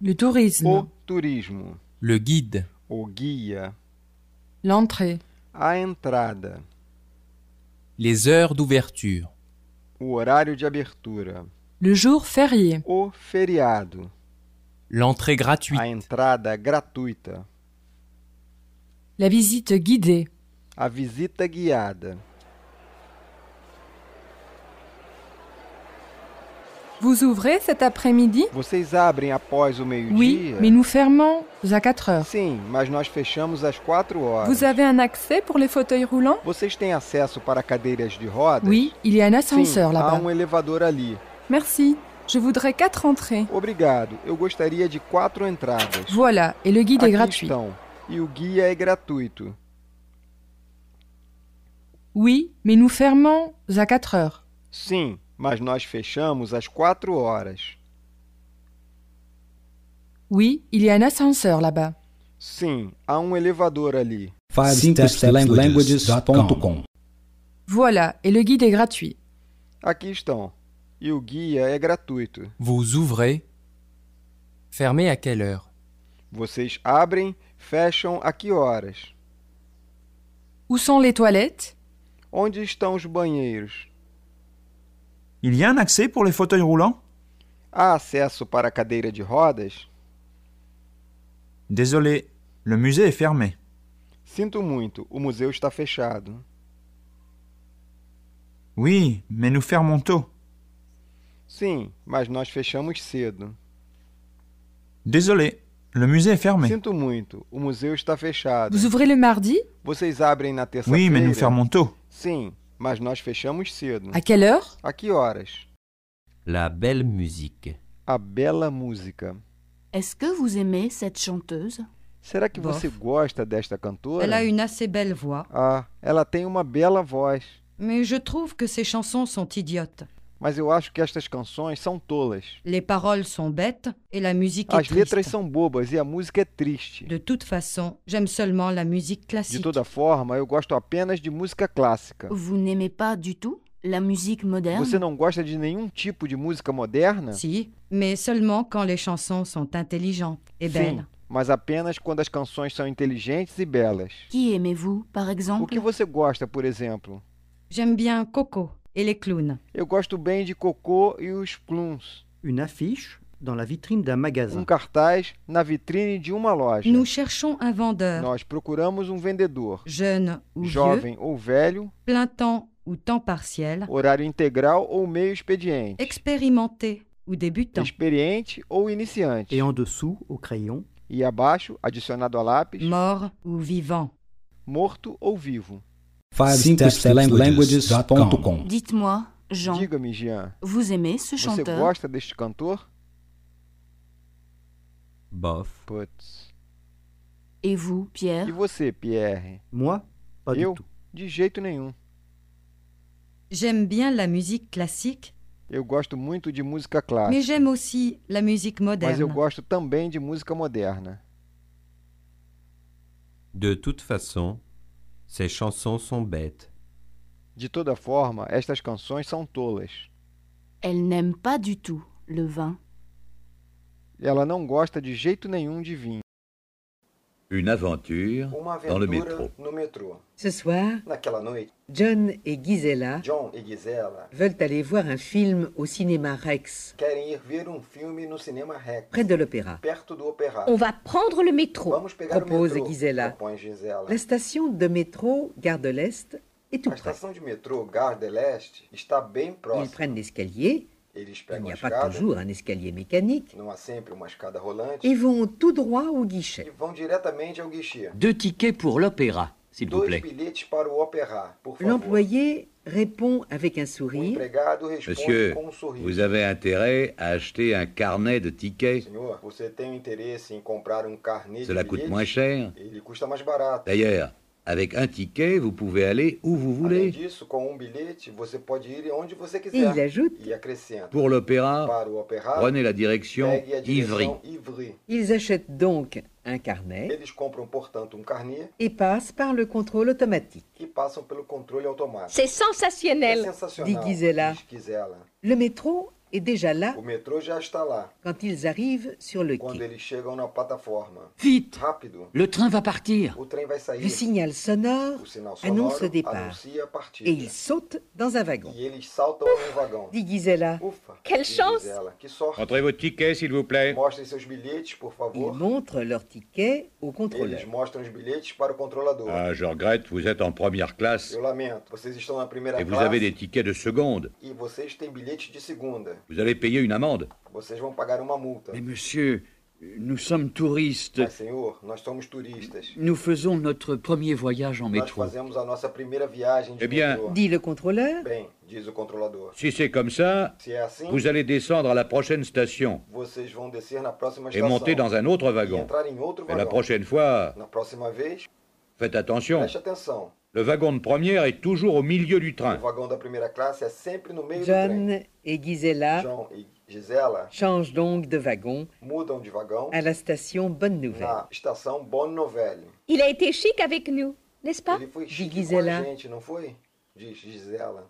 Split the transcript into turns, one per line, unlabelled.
le tourisme,
o turismo,
le guide,
o guia,
l'entrée,
a entrada,
les heures d'ouverture,
o horário de abertura,
le jour férié,
o feriado,
l'entrée gratuite,
a entrada gratuita,
la visite guidée,
a visita guiada.
Vous ouvrez cet après-midi
Vocês abrem após o
oui,
meio-dia?
mais nous fermons à 4 heures.
Sim, mas nós fechamos às quatro horas.
Vous avez un accès pour les fauteuils roulants
Vocês têm acesso para cadeiras de rodas?
Oui, il y a un
Sim,
ascenseur
há
là-bas.
um elevador ali.
Merci. Je voudrais quatre entrées.
Obrigado. Eu gostaria de quatro entradas.
Voilà, et le guide est
Aqui
gratuit.
estão. E o guia é gratuito.
Oui, mais nous fermons à 4 heures.
Sim, mas nós fechamos às quatro horas.
Oui, il y a un ascenseur là-bas.
Sim, há um elevador ali.
5stepslanguages.com
Voilà, et le guide est gratuit.
Aqui estão. E o guia é gratuito.
vous ouvrez, fermez à quelle heure
Vocês abrem, fecham a que horas?
Où sont les toilettes
Onde estão os banheiros?
Il y a un accès pour les fauteuils roulants
Há acesso para cadeira de rodas?
Désolé, le musée est fermé.
Sinto muito, o museu está fechado.
Oui, mais nous fermons tôt.
Sim, mas nós fechamos cedo.
Désolé, le musée est fermé.
Sinto muito, o museu está fechado.
Vous ouvrez le mardi
Vocês abrem na terça-feira?
Oui, mais nous fermons tôt.
Sim, mas nós fechamos cedo.
À quelle heure
A que horas?
La belle musique.
A bela música.
Est-ce que vous aimez cette chanteuse
Será que
Bof. é
você gosta desta cantora?
Elle a une assez belle voix,
Ah, ela tem uma bela voz.
mais je trouve que ses chansons sont idiotes.
Mas eu acho que estas canções são tolas.
Les paroles sont bêtes et la musique est
As letras
triste.
são bobas e a música é triste.
De toute façon, j'aime seulement la musique
De
classique.
toda forma, eu gosto apenas de música clássica.
Vous n'aimez pas du tout la musique moderne
Você não gosta de nenhum tipo de música moderna?
Si, mais seulement quand les chansons sont intelligentes et belles.
Sim, mas apenas quando as canções são inteligentes e belas.
Qui aimez-vous, par
O
exemple
que você gosta, por exemplo?
J'aime bien Coco et les clowns.
Eu gosto bem de Cocô e os Plums.
Une affiche dans la vitrine d'un
Um
magasin.
cartaz na vitrine de uma loja.
Nous cherchons un vendeur,
Nós procuramos um vendedor,
jeune ou vieux,
jovem ou velho,
plein temps ou temps partiel,
horário integral ou meio expediente,
expérimenté ou
então.
débutant.
experiente ou iniciante.
Et en dessous, au crayon,
E abaixo, adicionado a lápis,
mort ou vivant.
morto ou vivo.
5stepslanguages.com
Dites-moi, Jean,
Diga-me, Jean,
vous aimez ce
você
chanteur
gosta deste cantor?
Bof.
Putz.
Et vous, Pierre
E você, Pierre?
moi, pas
eu?
du tout.
De jeito nenhum.
J'aime bien la musique classique,
Eu gosto muito de música
mais
clássica,
j'aime aussi la musique
mas eu
moderne.
gosto também de música moderna.
De toute façon, ces chansons sont bêtes.
De toda forma, estas canções são tolas.
Elle n'aime pas du tout le vin.
Ela não gosta de jeito nenhum de vinho.
Une aventure dans le métro.
no metrô.
Ce soir,
Naquela noite,
John et Gisela
John e Gisela
veulent aller voir un film au cinéma Rex,
querem ir ver um filme no cinema Rex,
près de l'opéra.
perto do Opera.
On va prendre le métro,
Vamos pegar
propose
o metrô,
Gisela.
propõe Gisela.
La station de métro Gare de l'Est est tout
A
près.
estação de metrô Gare de l'Est está bem
Ils
próxima.
prennent l'escalier,
Eles
il
pegam
n'y
a
a pas
escada,
toujours un escalier mécanique,
não há sempre uma escada rolante,
et vont tout droit au
e
guichet.
vão diretamente ao guichê.
Deux tickets pour l'opéra, s'il vous
Dois
plaît.
bilhetes para o Opera, por favor.
L'employé répond avec un
O
sourire
empregado responde
Monsieur,
com um sorriso.
vous avez intérêt à acheter un carnet de tickets.
Senhor, você tem interesse em comprar um carnê
Cela
de
coûte
bilhetes?
moins cher.
Ele custa mais barato.
D'ailleurs, avec un ticket, vous pouvez aller où vous
Além
voulez.
disso, com um bilhete, você pode ir onde você
et il
quiser.
ajoute
E acrescenta,
Pour l'opéra,
para o Opera,
prenez la direction
pegue a
Ivry.
direção Ivry.
Ils achètent donc un carnet
Eles compram, portanto, um carnê
et passent par le contrôle automatique.
e passam pelo controle automático.
C'est sensationnel
É sensacional.
Diz Gisela.
diz Gisela.
Le métro est déjà là
O metrô já está lá.
quand ils arrivent sur le
Quando
quai.
eles chegam na plataforma.
Vite
Rápido.
Le train va partir
O trem vai sair.
Le signal sonore
O sinal sonoro
annonce le départ.
anuncia a
Et ils
partida.
sautent dans un wagon.
E eles saltam no vagão.
Dit Gisela.
Quelle chance Que sorte.
Entrez votre ticket, s'il vous plaît.
Mostrem seus bilhetes, por
Ils
favor.
montrent leur ticket au
Eles
contrôleur.
mostram os bilhetes para o controlador.
Ah, je regrette, vous êtes en première classe
Eu lamento. Vocês estão na primeira
et vous
classe
avez des tickets de seconde.
e vocês têm bilhete de segunda.
Vous allez payer une amende.
Vocês vão pagar uma multa.
Mais monsieur, nous sommes touristes.
Mas, senhor, nós somos turistas.
Nous faisons notre premier voyage en
Nós
métro.
fazemos a nossa primeira viagem de
Eh bien-
metrô.
Dit le contrôleur.
Bem, diz o controlador.
Si c'est comme ça,
Se é assim,
vous allez descendre à la prochaine station
vocês vão descer na próxima
et
estação.
monter dans un autre
E
wagon.
entrar em outro
Mais
vagão.
la prochaine fois,
Na próxima vez,
faites attention.
preste atenção.
Le wagon de première est toujours au milieu du
O
train.
vagão da primeira classe é sempre no meio do trem.
John et Gisela
John e Gisela
changent donc de wagon
mudam de vagão
à la station Bonne Nouvelle.
na estação Bonne Nouvelle.
Il a été chic avec nous, n'est-ce pas
Ele foi
Diz
chique com a
Gisela.
gente, não foi? Diz Gisela.